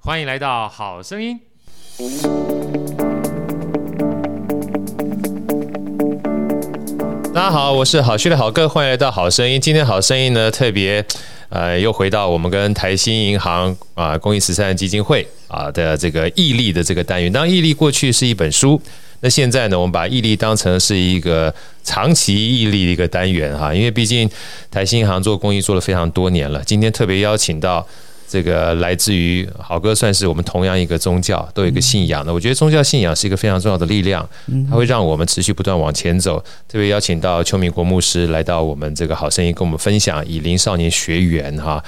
欢迎来到《好声音》。大家好，我是好趣的好哥，欢迎来到好声音。今天好声音呢，特别呃又回到我们跟台新银行啊、公益慈善基金会啊、的这个毅力的这个单元。当然毅力过去是一本书，那现在呢，我们把毅力当成是一个长期毅力的一个单元哈、因为毕竟台新银行做公益做了非常多年了。今天特别邀请到这个来自于好哥，算是我们同样一个宗教，都有一个信仰的。我觉得宗教信仰是一个非常重要的力量，它会让我们持续不断往前走。特别邀请到邱明国牧师来到我们这个好声音，跟我们分享以林少年学员哈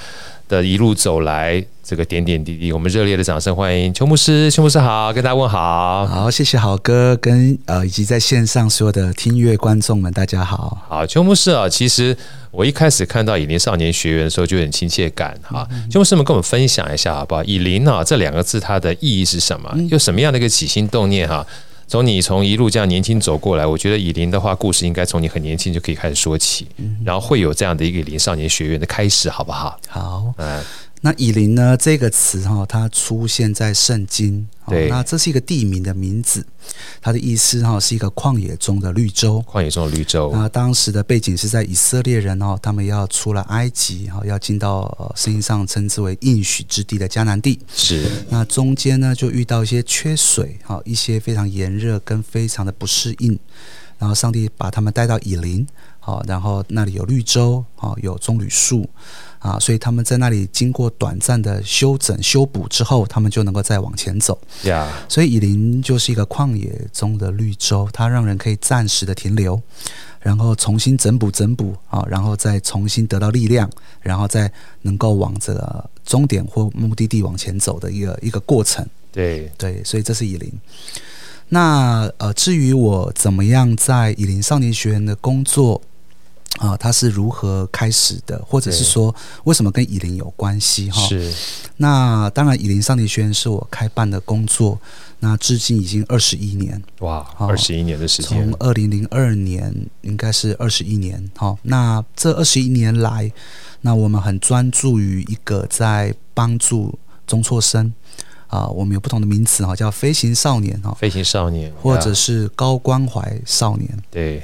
的一路走来这个点点滴滴。我们热烈的掌声欢迎邱牧师，邱牧师好，跟大家问好。好，谢谢好哥跟呃以及在线上所有的听乐观众们，大家好。好，邱牧师啊，其实我一开始看到以林少年学员的时候就有点亲切感哈。嗯邱牧师们跟我们分享一下好不好？以林啊这两个字它的意义是什嗯么？有什么样的一个起心动念哈、从你从一路这样年轻走过来，我觉得以林的话，故事应该从你很年轻就可以开始说起，嗯然后会有这样的一个以林少年学院的开始，好不好？好，嗯，那以林呢这个词哈、它出现在圣经，哦对那这是一个地名的名字，它的意思哈、是一个旷野中的绿洲。旷野中的绿洲，那当时的背景是在以色列人哦，他们要出了埃及，哈、要进到呃圣经上称之为应许之地的迦南地。是那中间呢，就遇到一些缺水，哈，一些非常炎热跟非常的不适应，然后上帝把他们带到以林，好，然后那里有绿洲，好，有棕榈树，啊，所以他们在那里经过短暂的修整修补之后，他们就能够再往前走。呀，所以以林就是一个旷野中的绿洲，它让人可以暂时的停留，然后重新整补整补啊，然后再重新得到力量，然后再能够往这个终点或目的地往前走的一个一个过程。对，对，所以这是以林。那呃，至于我怎么样在以林少年学院的工作啊、它是如何开始的，或者是对说为什么跟以林有关系哈？是那当然，以林上帝学院是我开办的工作，那至今已经二十一年，哇，哦二十一年的时间从，二零零二年应该是二十一年。好、那这二十一年来，那我们很专注于一个在帮助中辍生啊、我们有不同的名词哈、叫飞行少年哈、飞行少年，或者呀是高关怀少年。对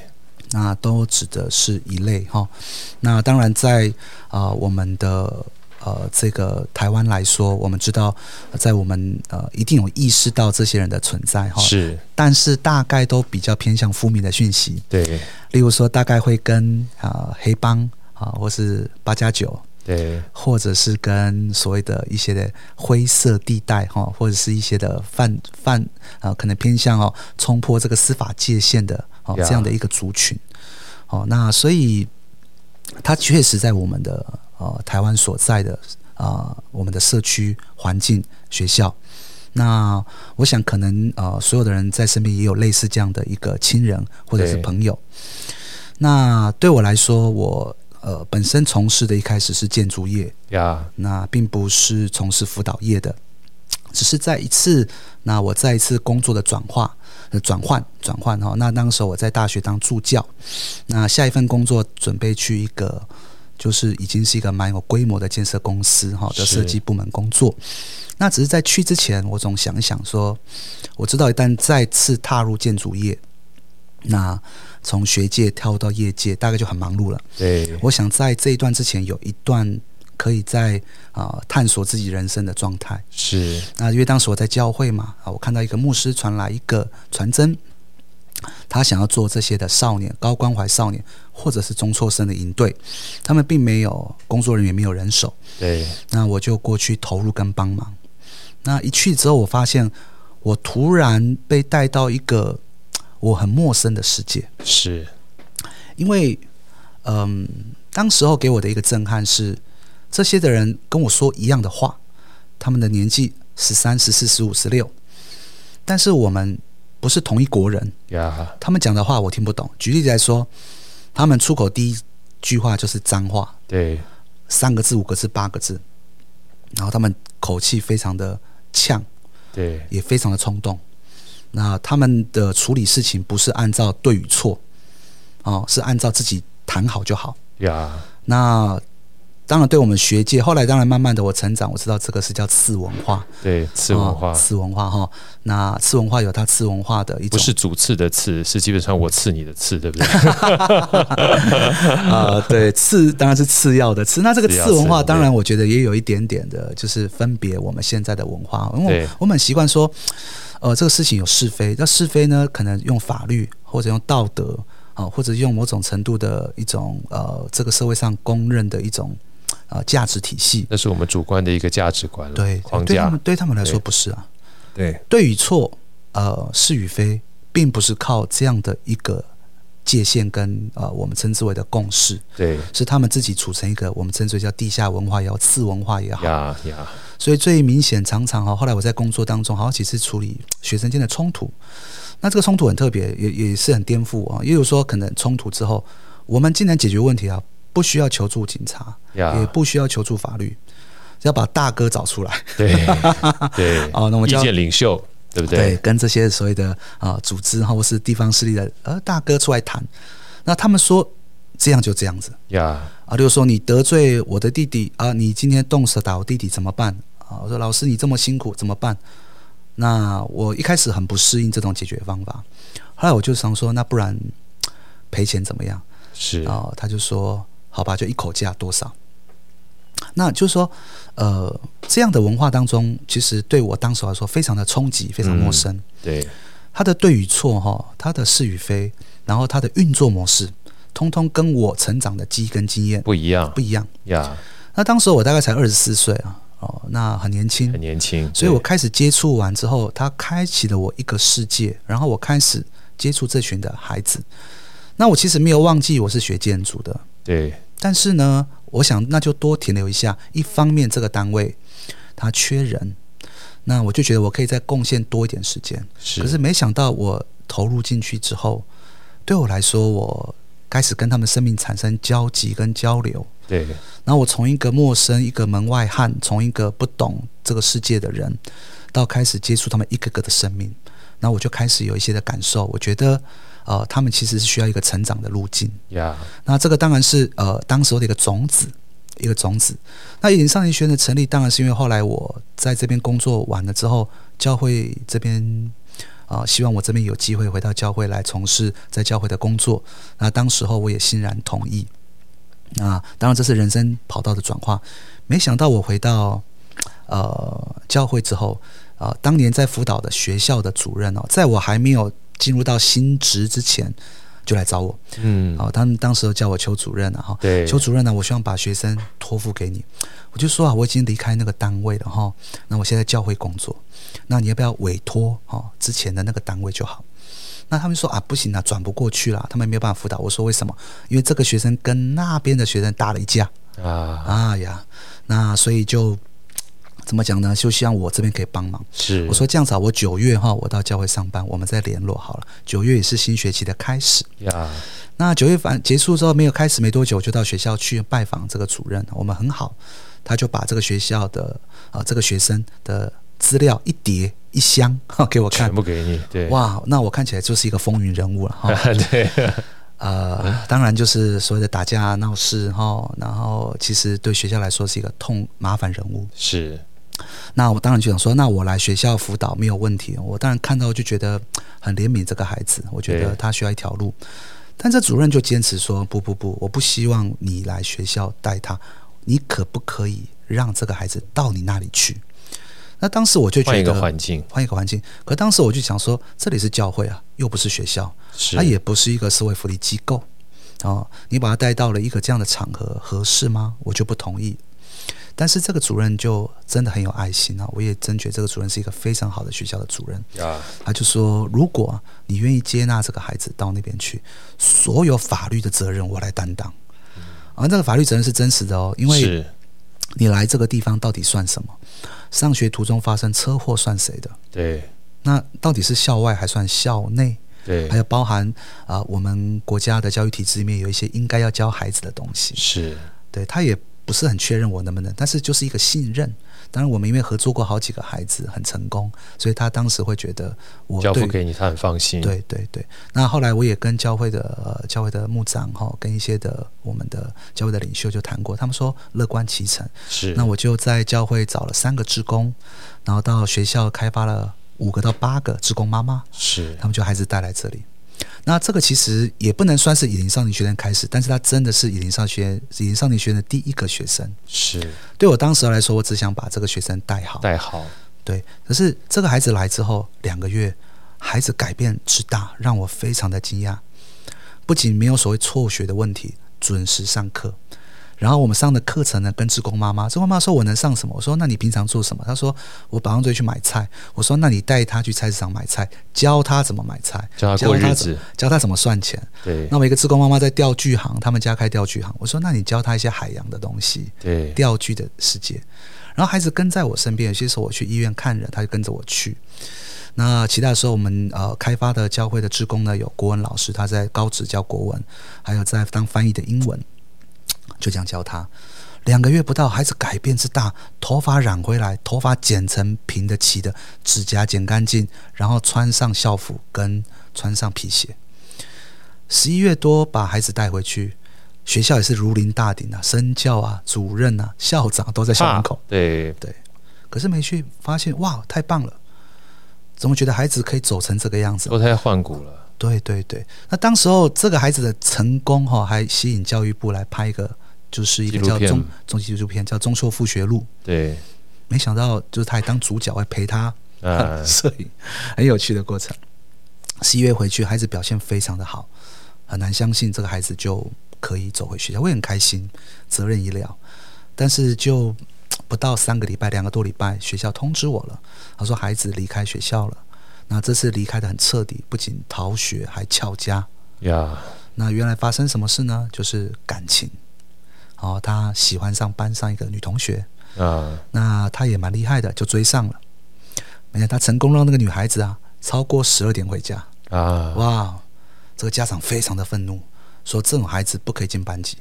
那都指的是一类哈。那当然在啊、呃我们的呃这个台湾来说，我们知道呃在我们呃一定有意识到这些人的存在哈，是，但是大概都比较偏向负面的讯息，对例如说大概会跟啊、呃黑帮啊、或是八加九。对或者是跟所谓的一些的灰色地带哈，或者是一些的犯犯啊、呃可能偏向哦冲破这个司法界限的哦 Yeah. 这样的一个族群，哦，那所以它确实在我们的呃台湾所在的啊、呃我们的社区环境学校。那我想，可能呃，所有的人在身边也有类似这样的一个亲人或者是对朋友。那对我来说，我呃本身从事的一开始是建筑业，呀，那并不是从事辅导业的，只是在一次，那我在一次工作的转化、呃转换、转换哈。那当时我在大学当助教，那下一份工作准备去一个，就是已经是一个蛮有规模的建设公司哈的是设计部门工作。那只是在去之前，我总想一想说，我知道一旦再次踏入建筑业，那从学界跳到业界，大概就很忙碌了。对我想在这一段之前有一段可以在啊、呃探索自己人生的状态。是，那因为当时我在教会嘛，啊，我看到一个牧师传来一个传真，他想要做这些的少年、高关怀少年或者是中辍生的营队，他们并没有工作人员，没有人手，对那我就过去投入跟帮忙。那一去之后，我发现我突然被带到一个我很陌生的世界。是，因为，嗯，当时候给我的一个震撼是，这些的人跟我说一样的话，他们的年纪十三、十四、十五、十六，但是我们不是同一国人，呀，他们讲的话我听不懂。举例来说，他们出口第一句话就是脏话，对，三个字、五个字、八个字，然后他们口气非常的呛，对，也非常的冲动。那他们的处理事情不是按照对与错，哦，是按照自己谈好就好。呀，那当然，对我们学界，后来当然慢慢的我成长，我知道这个是叫次文化，对，次文化哦、次文化哈、那次文化有它次文化的一种，不是主次的次，是基本上我次你的次，对不 对？ 啊、对，次当然是次要的次。那这个次要次文化，次当然我觉得也有一点点的，就是分别我们现在的文化，因为对我我们很习惯说，呃，这个事情有是非，那是非呢，可能用法律或者用道德啊、或者用某种程度的一种呃，这个社会上公认的一种呃价值体系。那是我们主观的一个价值观了对，框对他架们，对他们来说对不是啊，对对与错，呃，是与非，并不是靠这样的一个界限跟呃我们称之为的共识。对是他们自己组成一个我们称之为叫地下文化也好，次文化也好。呀呀，所以最明显，常常哈，后来我在工作当中好几次处理学生间的冲突，那这个冲突很特别，也也是很颠覆啊。也有说，可能冲突之后，我们竟然解决问题啊，不需要求助警察，呀也不需要求助法律，只要把大哥找出来。 对对，哦，那我意就要见领袖，对不对对？跟这些所谓的啊、组织哈或是地方势力的呃大哥出来谈，那他们说这样就这样子。呀，啊，例如说你得罪我的弟弟啊，你今天动手打我弟弟怎么办？啊，我说老师你这么辛苦怎么办？那我一开始很不适应这种解决方法，后来我就想说，那不然赔钱怎么样？是啊，他就说好吧，就一口价多少？那就是说，呃，这样的文化当中，其实对我当时来说非常的冲击，非常陌生。对它的对与错哈，它的是与非，然后它的运作模式，通通跟我成长的记忆跟经验不一样不一样。呀，那当时我大概才二十四岁啊，哦，那很年轻很，年轻，所以我对开始接触完之后，它开启了我一个世界，然后我开始接触这群的孩子。那我其实没有忘记我是学建筑的，对但是呢，我想那就多停留一下。一方面，这个单位它缺人，那我就觉得我可以再贡献多一点时间。是，可是没想到我投入进去之后，对我来说，我开始跟他们生命产生交集跟交流。对然后我从一个陌生、一个门外汉，从一个不懂这个世界的人，到开始接触他们一个个的生命，然后我就开始有一些的感受。我觉得，呃，他们其实是需要一个成长的路径。呀，那这个当然是呃当时候的一个种子，一个种子。那野营少年学院的成立，当然是因为后来我在这边工作完了之后，教会这边。啊、希望我这边有机会回到教会来从事在教会的工作。那当时候我也欣然同意。啊，当然这是人生跑道的转化。没想到我回到呃教会之后，呃，当年在辅导的学校的主任哦，在我还没有进入到新职之前，就来找我。嗯，哦，他们当时都叫我邱主任啊，哈，对，邱主任呢、我希望把学生托付给你。我就说啊，我已经离开那个单位了哈，那我现在在教会工作，那你要不要委托哈、哦、之前的那个单位就好？那他们说啊，不行啊，转不过去了，他们没有办法辅导。我说为什么？因为这个学生跟那边的学生打了一架，啊，啊呀，那所以就怎么讲呢？就希望我这边可以帮忙。是，我说这样子啊，我九月哈，我到教会上班，我们再联络好了。九月也是新学期的开始。呀，那九月反结束之后没有开始没多久，我就到学校去拜访这个主任，我们很好，他就把这个学校的啊、呃这个学生的资料一叠一箱 哈给我看全，部给你，对，哇，那我看起来就是一个风云人物了哈。 对，呃，当然就是所谓的打架闹事哈，然后其实对学校来说是一个痛麻烦人物。是那我当然就想说，那我来学校辅导没有问题。我当然看到就觉得很怜悯这个孩子，我觉得对他需要一条路。但这主任就坚持说，不不不，我不希望你来学校带他，你可不可以让这个孩子到你那里去？那当时我就觉得换一个环境，换一个环境，可当时我就想说，这里是教会啊，又不是学校，是它也不是一个社会福利机构。哦，你把他带到了一个这样的场合，合适吗？我就不同意。但是这个主任就真的很有爱心啊！我也真觉得这个主任是一个非常好的学校的主任。呀，他就说，如果啊你愿意接纳这个孩子到那边去，所有法律的责任我来担当。啊，这个法律责任是真实的哦，因为是你来这个地方到底算什么？上学途中发生车祸算谁的？对那到底是校外还算校内？对还有包含啊、我们国家的教育体制里面有一些应该要教孩子的东西。是，对他也不是很确认我能不能，但是就是一个信任。当然，我们因为合作过好几个孩子，很成功，所以他当时会觉得我交对付给你，他很放心。对对对，那后来我也跟教会的、呃、教会的牧长哈、跟一些的我们的教会的领袖就谈过，他们说乐观其成。是，那我就在教会找了三个志工，然后到学校开发了五个到八个志工妈妈，是他们就孩子带来这里。那这个其实也不能算是以林少年学院开始，但是他真的是以林少学以林少年学院的第一个学生。是，对我当时来说，我只想把这个学生带好。带好对，可是这个孩子来之后两个月，孩子改变之大，让我非常的惊讶。不仅没有所谓辍学的问题，准时上课。然后我们上的课程呢，跟志工妈妈，志工妈妈说我能上什么？我说那你平常做什么？她说我早上就去买菜。我说那你带他去菜市场买菜，教他怎么买菜，叫他过日子。教他怎么算钱。对那么一个志工妈妈在钓具行，他们家开钓具行，我说那你教他一些海洋的东西，对钓具的世界。然后孩子跟在我身边，有些时候我去医院看人，他就跟着我去。那其他的时候，我们呃开发的教会的职工呢，有国文老师，他在高职教国文，还有在当翻译的英文，就这样教他。两个月不到，孩子改变之大，头发染回来，头发剪成平的、齐的，指甲剪干净，然后穿上校服跟穿上皮鞋。十一月多把孩子带回去，学校也是如临大敌啊，身教啊、主任啊、校长都在校门口怕。对可是没去发现，哇，太棒了！怎么觉得孩子可以走成这个样子？脱胎换骨了，对对对，那当时候这个孩子的成功哈、还吸引教育部来拍一个，就是一个纪录叫片中中纪录片叫《中秀复学录》。对，没想到就是他还当主角，还陪他，啊 摄影，很有趣的过程。十一月回去，孩子表现非常的好，很难相信这个孩子就可以走回学校，我也很开心，责任已了。但是就不到三个礼拜，两个多礼拜，学校通知我了，他说孩子离开学校了。那这次离开的很彻底，不仅逃学，还翘家。呀，那原来发生什么事呢？就是感情。哦，他喜欢上班上一个女同学，啊，那他也蛮厉害的，就追上了。没想到他成功让那个女孩子啊超过十二点回家。啊，哇，这个家长非常的愤怒，说这种孩子不可以进班级，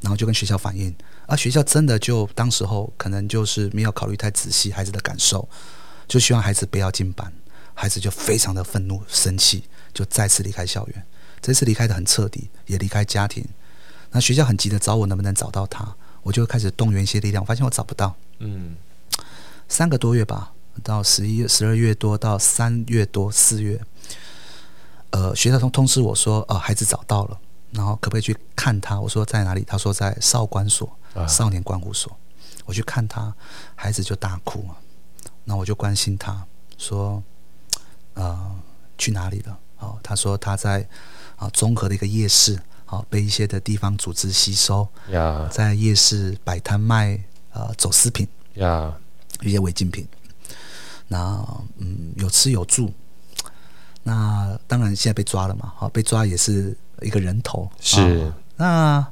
然后就跟学校反映。而学校真的就当时候可能就是没有考虑太仔细孩子的感受，就希望孩子不要进班，孩子就非常的愤怒、生气，就再次离开校园。这次离开的很彻底，也离开家庭。那学校很急的找我能不能找到他，我就开始动员一些力量，发现我找不到。嗯，三个多月吧，到十一月、十二月多到三月多、四月，呃，学校通通知我说，呃，孩子找到了，然后可不可以去看他？我说在哪里？他说在少管所、啊少年关护所。我去看他，孩子就大哭啊，那我就关心他，说，呃，去哪里了？哦，他说他在啊、综合的一个夜市，哦，被一些的地方组织吸收，呀在夜市摆摊卖呃走私品。呀，一些违禁品。那嗯，有吃有住。那当然现在被抓了嘛，好、被抓也是一个人头。是啊那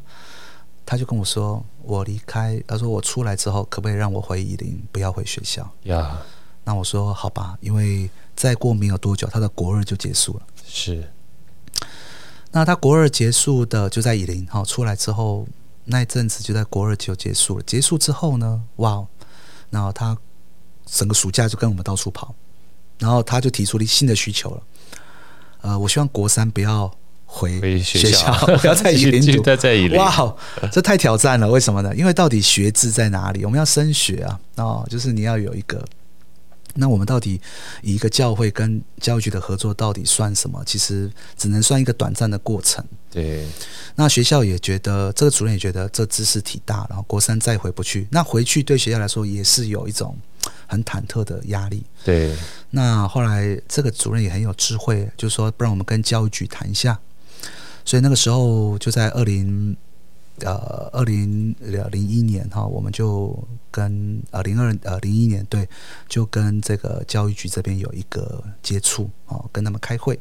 他就跟我说，我离开，他说我出来之后，可不可以让我回夷陵，不要回学校？呀，那我说好吧，因为再过没有多久，他的国二就结束了。是那他国二结束的就在以林，好、出来之后那一阵子就在国二就结束了。结束之后呢，哇，然后他整个暑假就跟我们到处跑，然后他就提出了新的需求了，呃，我希望国三不要回回学学校不要 在以林继续读。待在以林哇，这太挑战了，为什么呢？因为到底学制在哪里？我们要升学啊，哦，就是你要有一个。那我们到底以一个教会跟教育局的合作到底算什么？其实只能算一个短暂的过程。对，那学校也觉得，这个主任也觉得这知识体大，然后国三再回不去，那回去对学校来说也是有一种很忐忑的压力。对，那后来这个主任也很有智慧，就说不然我们跟教育局谈一下。所以那个时候就在二零呃二零零一年哈，我们就跟呃零二呃零一年对，就跟这个教育局这边有一个接触哦，跟他们开会。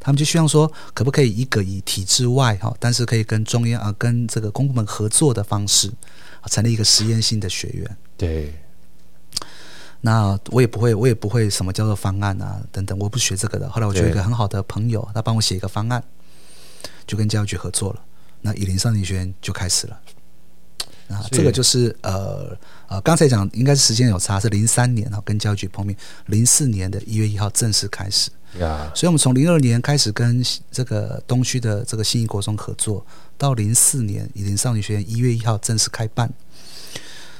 他们就希望说，可不可哦呃以一个以体制外哈，但是可以跟中央啊、跟这个公部门合作的方式，成立一个实验性的学院。对，那我也不会，我也不会什么叫做方案啊等等，我不学这个的。后来我就有一对个很好的朋友，他帮我写一个方案，就跟教育局合作了。那以林少年学院就开始了。啊，是这个就是呃呃，刚才讲应该是时间有差，是零三年啊跟教育局碰面，零四年的一月一号正式开始。呀，所以我们从零二年开始跟这个东区的这个新义国中合作，到零四年以林少女学院一月一号正式开办，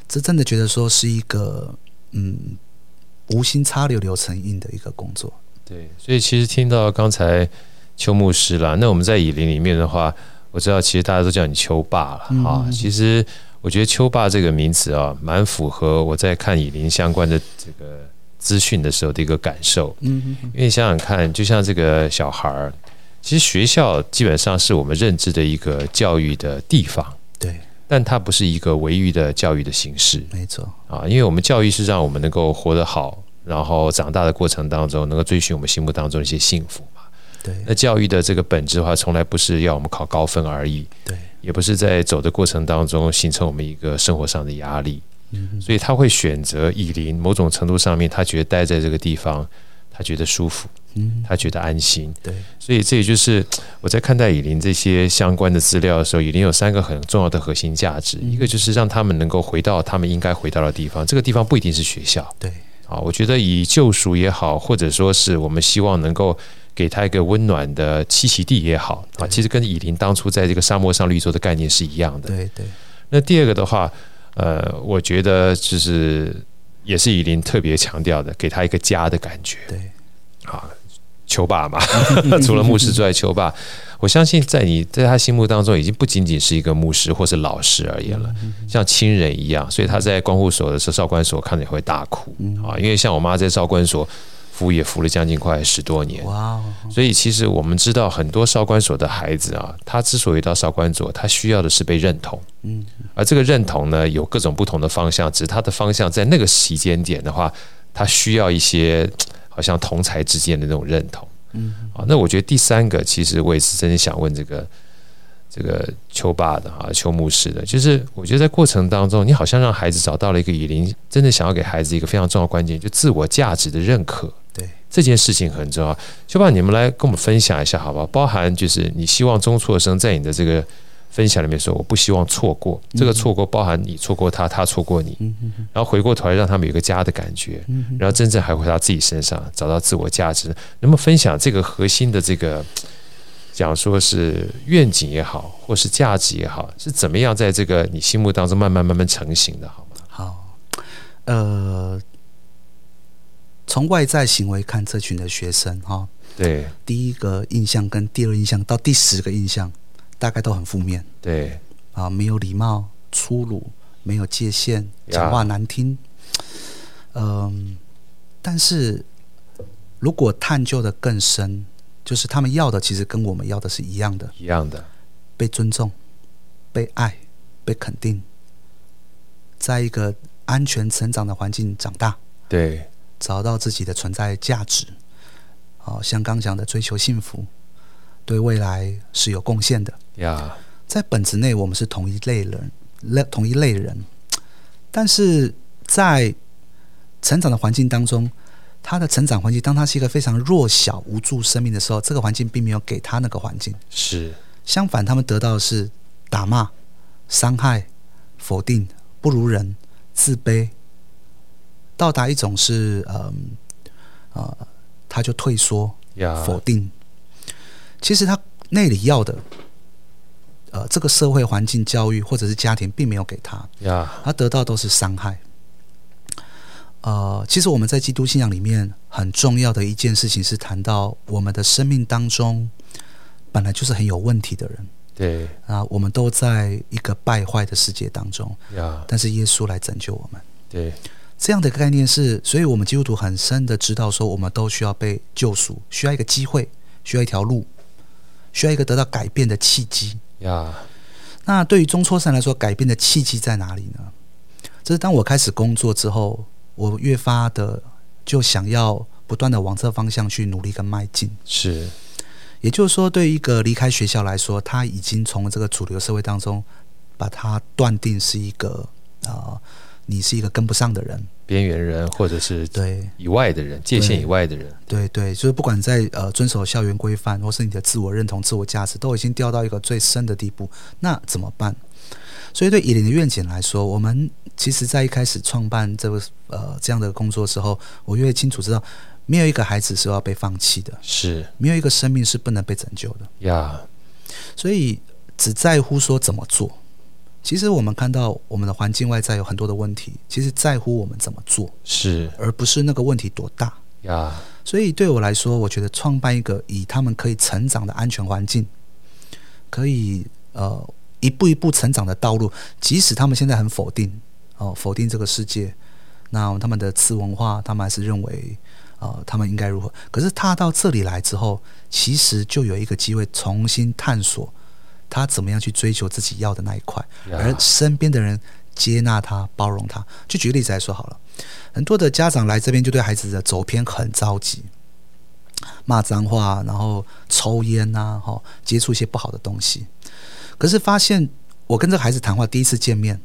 这真的觉得说是一个嗯无心插柳柳成荫的一个工作。对，所以其实听到刚才邱牧师啦，那我们在以林里面的话，我知道其实大家都叫你邱爸了、嗯啊。嗯嗯其实我觉得邱爸这个名词啊，蛮符合我在看以林相关的这个资讯的时候的一个感受。嗯因为你想想看，就像这个小孩儿，其实学校基本上是我们认知的一个教育的地方，对，但它不是一个唯一的教育的形式。没错，啊，因为我们教育是让我们能够活得好，然后长大的过程当中能够追寻我们心目当中的一些幸福嘛。对那教育的这个本质的话，从来不是要我们考高分而已，对，也不是在走的过程当中形成我们一个生活上的压力，嗯哼，所以他会选择以林，某种程度上面，他觉得待在这个地方，他觉得舒服，嗯，他觉得安心，对，所以这也就是我在看待以林这些相关的资料的时候，以林有三个很重要的核心价值，嗯一个就是让他们能够回到他们应该回到的地方，这个地方不一定是学校，对啊，我觉得以救赎也好，或者说是我们希望能够给他一个温暖的栖息地也好啊，对其实跟以林当初在这个沙漠上绿洲的概念是一样的。对对，那第二个的话，呃，我觉得就是也是以林特别强调的，给他一个家的感觉。对，啊，球爸嘛， 除了牧师之外，球爸，我相信在你在他心目当中，已经不仅仅是一个牧师或是老师而言了，像亲人一样。所以他在关护所的时候，少管所看着也会大哭啊，因为像我妈在少管所服务也服了将近快十多年。哇哦，所以，其实我们知道，很多少管所的孩子啊，他之所以到少管所，他需要的是被认同。嗯，而这个认同呢，有各种不同的方向，只是他的方向在那个时间点的话，他需要一些好像同才之间的那种认同。嗯，啊，那我觉得第三个，其实我也是真的想问这个这个邱爸的啊，邱牧师的，就是我觉得在过程当中，你好像让孩子找到了一个以林真的想要给孩子一个非常重要的关键，就自我价值的认可。对这件事情很重要，邱爸，你们来跟我们分享一下好不好？包含就是你希望中辍生在你的这个分享里面说，我不希望错过这个错过，包含你错过他，他错过你，嗯哼哼，然后回过头来让他们有一个家的感觉，嗯哼，然后真正还回到自己身上，找到自我价值。能不能分享这个核心的这个，讲说是愿景也好，或是价值也好，是怎么样在这个你心目当中慢慢慢慢成型的，好吗？好，呃，从外在行为看这群的学生哈、对第一个印象跟第二印象到第十个印象，大概都很负面对啊，没有礼貌、粗鲁、没有界限、 Yeah 讲话难听。嗯，但是如果探究的更深，就是他们要的其实跟我们要的是一样的，一样的，被尊重、被爱、被肯定，在一个安全成长的环境长大。对找到自己的存在价值。好、像刚讲的追求幸福，对未来是有贡献的。呀，在本质内，我们是同一类人，类同一类人，但是在成长的环境当中，他的成长环境，当他是一个非常弱小、无助生命的时候，这个环境并没有给他那个环境，是相反，他们得到的是打骂、伤害、否定、不如人、自卑，到达一种是嗯呃，他就退缩、呀，否定。其实他内里要的，呃，这个社会环境、教育或者是家庭并没有给他，呀，他得到都是伤害。呃，其实我们在基督信仰里面很重要的一件事情是谈到我们的生命当中本来就是很有问题的人。对啊，我们都在一个败坏的世界当中，呀，但是耶稣来拯救我们。对这样的概念是，所以我们基督徒很深的知道说，我们都需要被救赎，需要一个机会，需要一条路，需要一个得到改变的契机。呀，那对于中辍生来说，改变的契机在哪里呢？这是当我开始工作之后，我越发的就想要不断的往这方向去努力跟迈进。是也就是说，对于一个离开学校来说，他已经从这个主流社会当中把它断定是一个呃，你是一个跟不上的人。边缘人或者是对以外的人，界限以外的人，对对，就是不管在呃遵守校园规范，或是你的自我认同、自我价值，都已经掉到一个最深的地步，那怎么办？所以对以林的愿景来说，我们其实在一开始创办这个呃这样的工作的时候，我越清楚知道，没有一个孩子是要被放弃的，是没有一个生命是不能被拯救的。呀，所以只在乎说怎么做。其实我们看到我们的环境外在有很多的问题，其实在乎我们怎么做，是而不是那个问题多大。呀，所以对我来说，我觉得创办一个以他们可以成长的安全环境，可以呃一步一步成长的道路，即使他们现在很否定哦、否定这个世界，那他们的次文化，他们还是认为呃他们应该如何。可是踏到这里来之后，其实就有一个机会重新探索他怎么样去追求自己要的那一块，呀而身边的人接纳他、包容他。就举个例子来说好了。很多的家长来这边就对孩子的走偏很着急，骂脏话，然后抽烟呐、哈、接触一些不好的东西。可是发现我跟这个孩子谈话，第一次见面，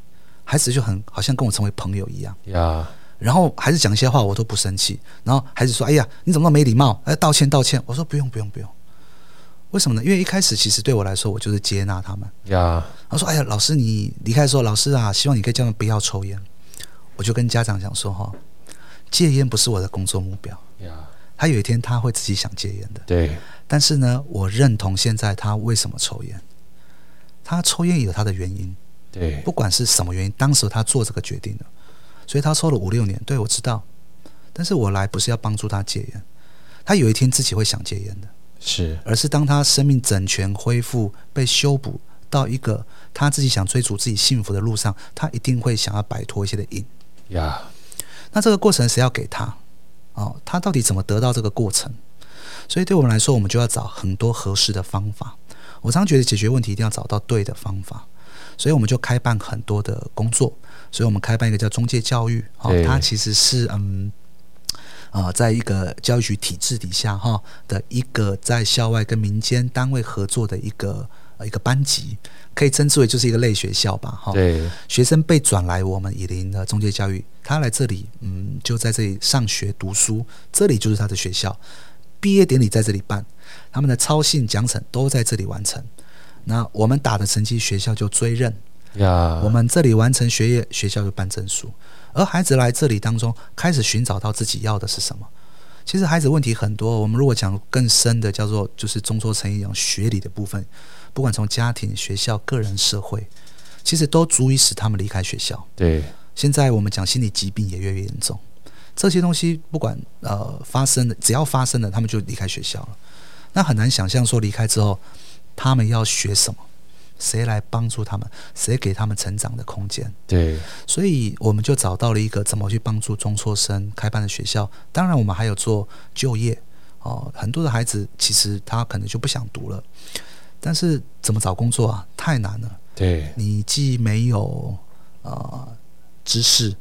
孩子就很好像跟我成为朋友一样。呀，然后孩子讲一些话，我都不生气。然后孩子说：“哎呀，你怎么那么没礼貌？哎，道歉道歉。”我说：“不用不用不用。”为什么呢？因为一开始其实对我来说，我就是接纳他们。呀，他说：“哎呀，老师，你离开的时候，老师啊，希望你可以叫他们不要抽烟。”我就跟家长讲说：“哈，戒烟不是我的工作目标。呀，他有一天他会自己想戒烟的，对，但是呢，我认同现在他为什么抽烟。他抽烟有他的原因，对，不管是什么原因，当时他做这个决定的，所以他抽了五六年。对我知道，但是我来不是要帮助他戒烟，他有一天自己会想戒烟的。”是而是当他生命整全恢复、被修补到一个他自己想追逐自己幸福的路上，他一定会想要摆脱一些的瘾。呀，那这个过程谁要给他？哦，他到底怎么得到这个过程？所以对我们来说，我们就要找很多合适的方法。我常常觉得解决问题一定要找到对的方法，所以我们就开办很多的工作。所以我们开办一个叫中介教育，哦对，它其实是嗯。呃，在一个教育局体制底下哈、的一个在校外跟民间单位合作的一个、呃、一个班级，可以称之为就是一个类学校吧哈、对，学生被转来我们以林的中介教育，他来这里，嗯，就在这里上学读书，这里就是他的学校，毕业典礼在这里办，他们的操信奖惩都在这里完成。那我们打的成绩，学校就追认；呀，我们这里完成学业，学校就办证书。而孩子来这里当中，开始寻找到自己要的是什么。其实孩子问题很多，我们如果讲更深的，叫做就是中说成一讲学理的部分，不管从家庭、学校、个人、社会，其实都足以使他们离开学校。对，现在我们讲心理疾病也越来越严重，这些东西不管呃发生的，只要发生了，他们就离开学校了。那很难想象说离开之后，他们要学什么，谁来帮助他们，谁给他们成长的空间。对，所以我们就找到了一个怎么去帮助中辍生开办的学校。当然，我们还有做就业哦，很多的孩子其实他可能就不想读了，但是怎么找工作啊，太难了。对，你既没有呃知识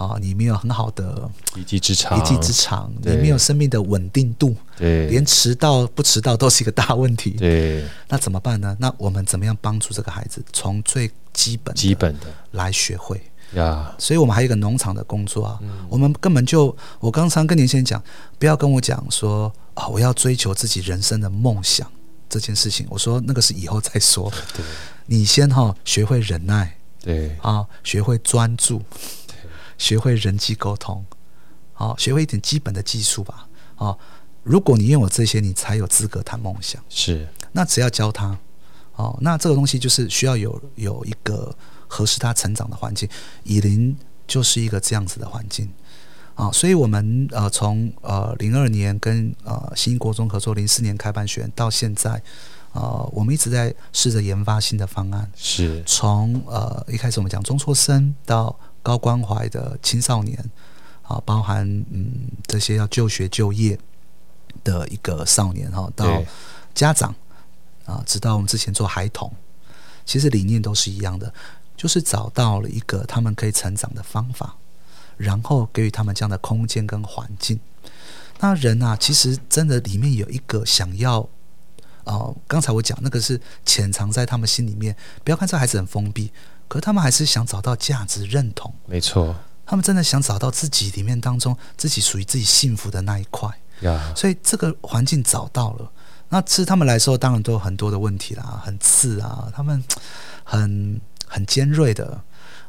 啊、你没有很好的一技之长，一技之长，你对没有生命的稳定度，对连，迟到不迟到都是一个大问题。对，那怎么办呢？那我们怎么样帮助这个孩子从最基本的基本的来学会？呀，所以我们还有一个农场的工作啊，嗯我们根本就，我刚常跟年轻人讲，不要跟我讲说啊，我要追求自己人生的梦想这件事情，我说那个是以后再说， 对，你先哈、学会忍耐对，啊，学会专注，学会人际沟通，啊，学会一点基本的技术吧，啊，如果你拥有这些，你才有资格谈梦想。是那只要教他，哦，那这个东西就是需要有有一个合适他成长的环境。以林就是一个这样子的环境啊、所以我们呃从呃零二年跟呃新国中合作，零四年开办学院到现在，呃，我们一直在试着研发新的方案，是从呃一开始我们讲中辍生到高关怀的青少年，啊、包含嗯这些要就学就业的一个少年哈、到对家长啊、直到我们之前做孩童，其实理念都是一样的，就是找到了一个他们可以成长的方法，然后给予他们这样的空间跟环境。那人啊，其实真的里面有一个想要哦，刚才我讲那个是潜藏在他们心里面，不要看这孩子很封闭，可是他们还是想找到价值认同，没错他们真的想找到自己里面当中自己属于自己幸福的那一块。呀，所以这个环境找到了，那吃他们来说，当然都有很多的问题啦，很刺啊，他们很很尖锐的，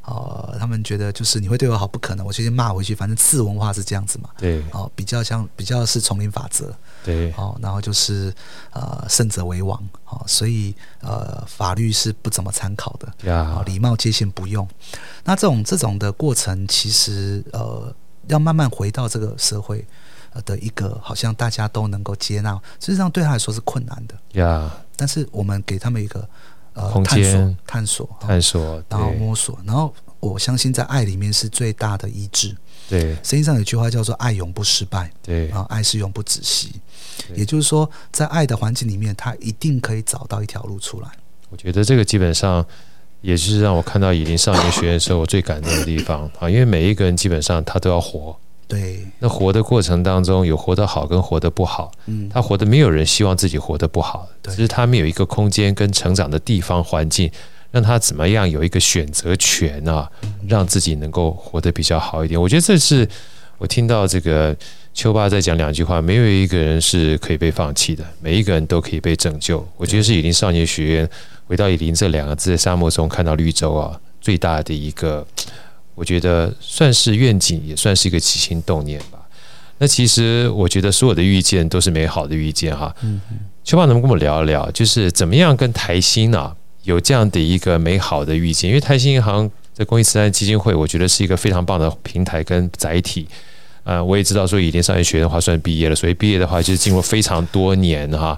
呃，他们觉得就是你会对我好，不可能，我直接骂回去，反正刺文化是这样子嘛，对哦，比较像比较是丛林法则，对哦，然后就是呃胜者为王，哦，所以呃法律是不怎么参考的，啊呀，，礼貌界限不用。那这种这种的过程，其实呃，要慢慢回到这个社会呃的一个，好像大家都能够接纳，事实上对他来说是困难的。呀，但是我们给他们一个呃空探索间、探索，探索，然后对摸索，然后我相信在爱里面是最大的医治。对圣经上有句话叫做“爱永不失败”，对啊，爱是永不止息。对也就是说，在爱的环境里面，他一定可以找到一条路出来。我觉得这个基本上也是让我看到以林少年学院的时候，我最感动的地方啊，因为每一个人基本上他都要活，对，那活的过程当中有活得好跟活得不好，嗯，他活得没有人希望自己活得不好，对只是他们有一个空间跟成长的地方环境，让他怎么样有一个选择权啊，嗯让自己能够活得比较好一点。我觉得这是我听到这个秋爸在讲两句话，没有一个人是可以被放弃的，每一个人都可以被拯救。我觉得是以林少年学院回到以林这两个字在沙漠中看到绿洲啊，最大的一个，我觉得算是愿景，也算是一个起心动念吧。那其实我觉得所有的遇见都是美好的遇见哈。嗯，秋爸能不能跟我们聊一聊，就是怎么样跟台新啊有这样的一个美好的遇见？因为台新银行在公益慈善基金会，我觉得是一个非常棒的平台跟载体。呃，我也知道说以林商业学院的话算毕业了，所以毕业的话就是经过非常多年哈。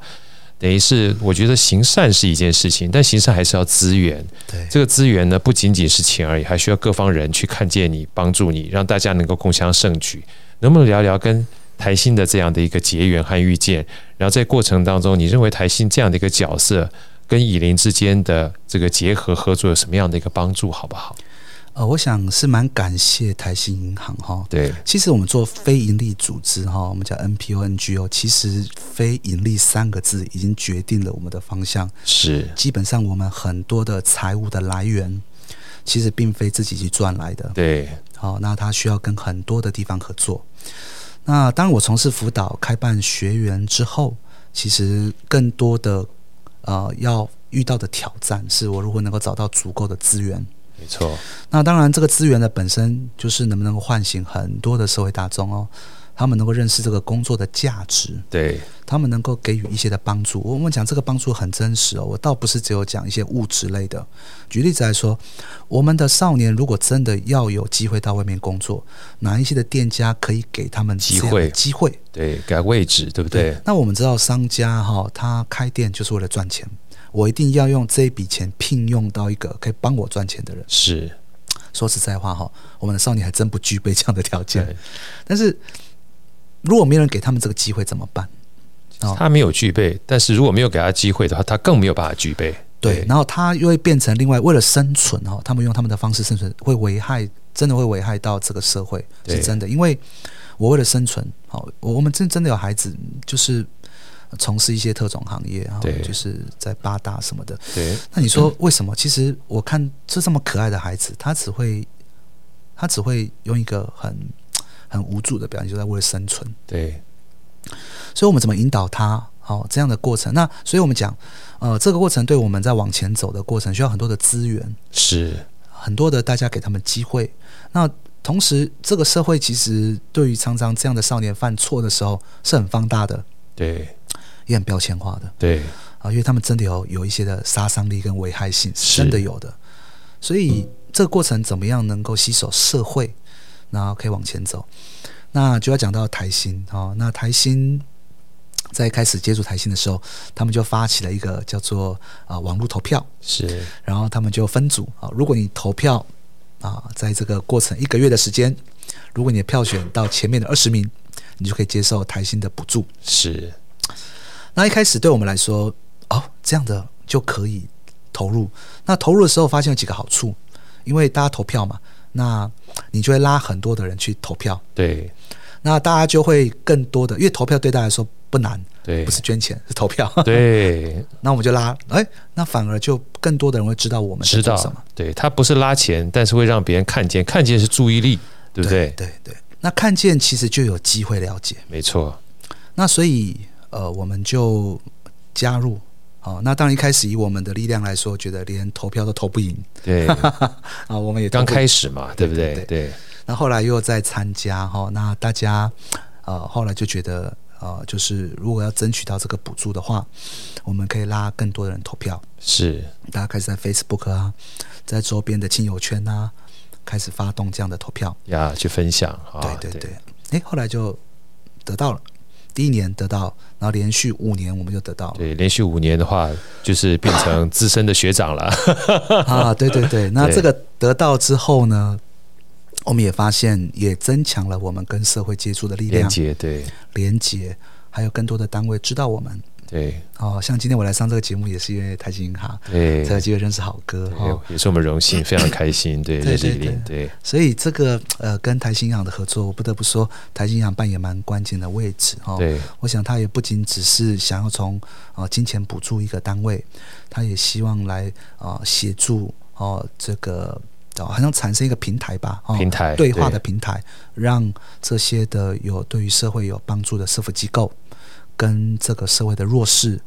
等于是，我觉得行善是一件事情，但行善还是要资源。对，这个资源呢，不仅仅是钱而已，还需要各方人去看见你、帮助你，让大家能够共襄盛举。能不能聊聊跟台新的这样的一个结缘和遇见？然后在过程当中，你认为台新这样的一个角色跟以林之间的这个结合合作有什么样的一个帮助，好不好？呃，我想是蛮感谢台新银行哈。对其实我们做非盈利组织哈，我们叫 NPO、NGO，其实“非盈利”三个字已经决定了我们的方向。是基本上，我们很多的财务的来源，其实并非自己去赚来的。对好、那他需要跟很多的地方合作。那当我从事辅导、开办学员之后，其实更多的呃要遇到的挑战是我如何能够找到足够的资源。没错，那当然，这个资源的本身就是能不能够唤醒很多的社会大众哦，他们能够认识这个工作的价值，对他们能够给予一些的帮助。我我们讲这个帮助很真实哦，我倒不是只有讲一些物质类的。举例子来说，我们的少年如果真的要有机会到外面工作，哪一些的店家可以给他们这样的机会机会？对，改位置，对不对？那我们知道商家哈、他开店就是为了赚钱，我一定要用这一笔钱聘用到一个可以帮我赚钱的人。是，说实在话哈，我们的少年还真不具备这样的条件对。，但是如果没有人给他们这个机会怎么办？哦他没有具备，但是如果没有给他机会的话，他更没有办法具备。对，然后他又会变成另外为了生存哈，他们用他们的方式生存，会危害，真的会危害到这个社会，对是真的。因为我为了生存，好，我我们真真的有孩子就是从事一些特种行业哈对，就是在八大什么的。对那你说为什么？其实我看就这么可爱的孩子，他只会他只会用一个很很无助的表情，就在为了生存。对所以我们怎么引导他？好、这样的过程。那所以我们讲，呃，这个过程对我们在往前走的过程需要很多的资源，是，很多的大家给他们机会。那同时，这个社会其实对于常常这样的少年犯错的时候是很放大的，对也很标签化的对啊，因为他们真的有有一些的杀伤力跟危害性，是是真的有的。所以这个过程怎么样能够吸收社会，然后可以往前走？那就要讲到台新哦，那台新在开始接触台新的时候，他们就发起了一个叫做啊、网络投票，是，然后他们就分组啊、如果你投票啊、在这个过程一个月的时间，如果你的票选到前面的二十名，你就可以接受台新的补助。是那一开始对我们来说，哦，这样的就可以投入。那投入的时候发现有几个好处，因为大家投票嘛，那你就会拉很多的人去投票，对那大家就会更多的，因为投票对大家来说不难，对不是捐钱，是投票。对， 那我们就拉，哎，那反而就更多的人会知道我们在知做道什么，，对他不是拉钱，但是会让别人看见，看见是注意力，对不对？对对，那看见其实就有机会了解。没错，那所以呃，我们就加入。好、那当然一开始以我们的力量来说，觉得连投票都投不赢 对，啊，我们也投刚不赢开始嘛，对不对？对对那后来又在参加哈、那大家呃后来就觉得呃，就是如果要争取到这个补助的话，我们可以拉更多的人投票。是，大家开始在 Facebook 啊，在周边的亲友圈啊，开始发动这样的投票。呀，去分享啊，对对对，哎、后来就得到了，第一年得到，然后连续五年我们就得到了对连续五年的话，就是变 成资深的学长了。啊，对 对对。那对这个得到之后呢？我们也发现，也增强了我们跟社会接触的力连量、接，对连接，还有更多的单位知道我们。对哦，像今天我来上这个节目，也是因为台新银行对才有机会认识好哥对哦。，也是我们荣幸，非常开心，对对认识对依林，对所以这个呃，跟台新银行的合作，我不得不说，台新银行扮演蛮关键的位置哦。对我想他也不仅只是想要从呃金钱补助一个单位，他也希望来呃协助哦、这个哦好像产生一个平台吧，哦、平台对话对的平台，让这些的有对于社会有帮助的社福机构，跟这个社会的弱势，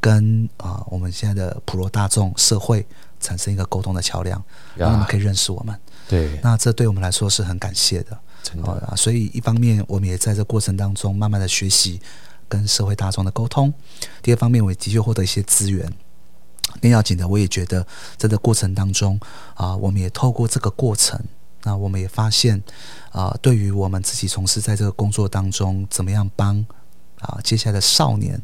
跟啊、呃我们现在的普罗大众社会产生一个沟通的桥梁，让他们呀可，以认识我们。对，那这对我们来说是很感谢的。真哦的，啊所以一方面我们也在这过程当中慢慢的学习跟社会大众的沟通，第二方面我也的确获得一些资源。更要紧的，我也觉得在这过程当中啊、我们也透过这个过程，那我们也发现啊、对于我们自己从事在这个工作当中，怎么样帮啊、接下来的少年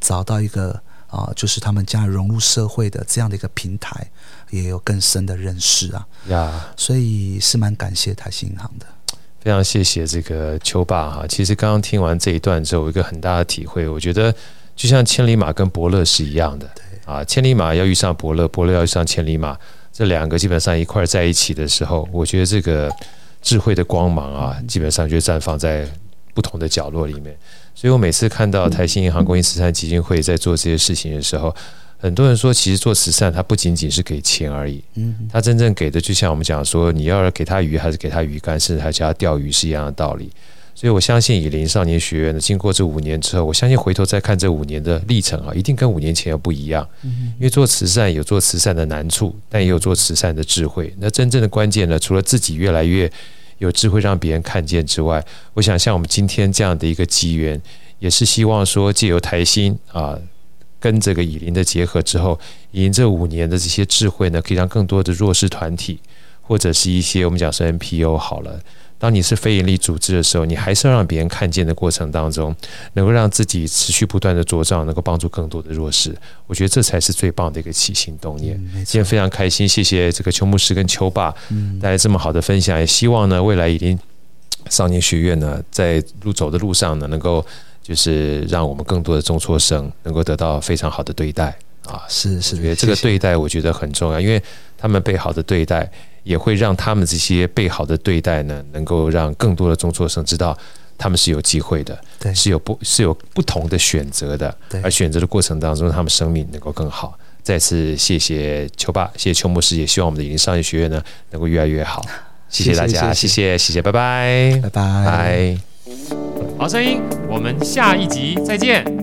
找到一个啊、就是他们将来融入社会的这样的一个平台，也有更深的认识啊，呀。所以是蛮感谢台新银行的。非常谢谢这个秋爸哈。其实刚刚听完这一段之后，有一个很大的体会，我觉得就像千里马跟伯乐是一样的，啊，千里马要遇上伯乐，伯乐要遇上千里马，这两个基本上一块儿在一起的时候，我觉得这个智慧的光芒啊，基本上就绽放在不同的角落里面。所以我每次看到台新银行公益慈善基金会在做这些事情的时候，很多人说，其实做慈善它不仅仅是给钱而已，嗯，他真正给的，就像我们讲说，你要给他鱼，还是给他鱼竿，甚至还教他钓鱼，是一样的道理。所以我相信，以林少年学院呢，经过这五年之后，我相信回头再看这五年的历程啊，一定跟五年前要不一样。因为做慈善有做慈善的难处，但也有做慈善的智慧。那真正的关键呢，除了自己越来越有智慧让别人看见之外，我想像我们今天这样的一个机缘，也是希望说借由台新啊。跟这个以林的结合之后，以林这五年的这些智慧呢，可以让更多的弱势团体，或者是一些我们讲是 NPO 好了。当你是非营利组织的时候，你还是要让别人看见的过程当中，能够让自己持续不断的茁壮，能够帮助更多的弱势。我觉得这才是最棒的一个起心动念。嗯今没错天，非常开心，谢谢这个邱牧师跟邱爸嗯，带来这么好的分享，也希望呢未来已经少年学院呢在路走的路上呢，能够就是让我们更多的中辍生能够得到非常好的对待啊。是我是觉得这个谢谢对待我觉得很重要，因为他们被好的对待，也会让他们这些被好的对待呢，能够让更多的中辍生知道。他们是有机会的，对是有不是有不同的选择的，对而选择的过程当中，他们生命能够更好。再次谢谢邱爸，谢谢邱牧师，也希望我们的影林商业学院呢能够越来越好。谢谢大家，谢谢谢谢谢，拜拜，拜拜。拜。好声音，我们下一集再见。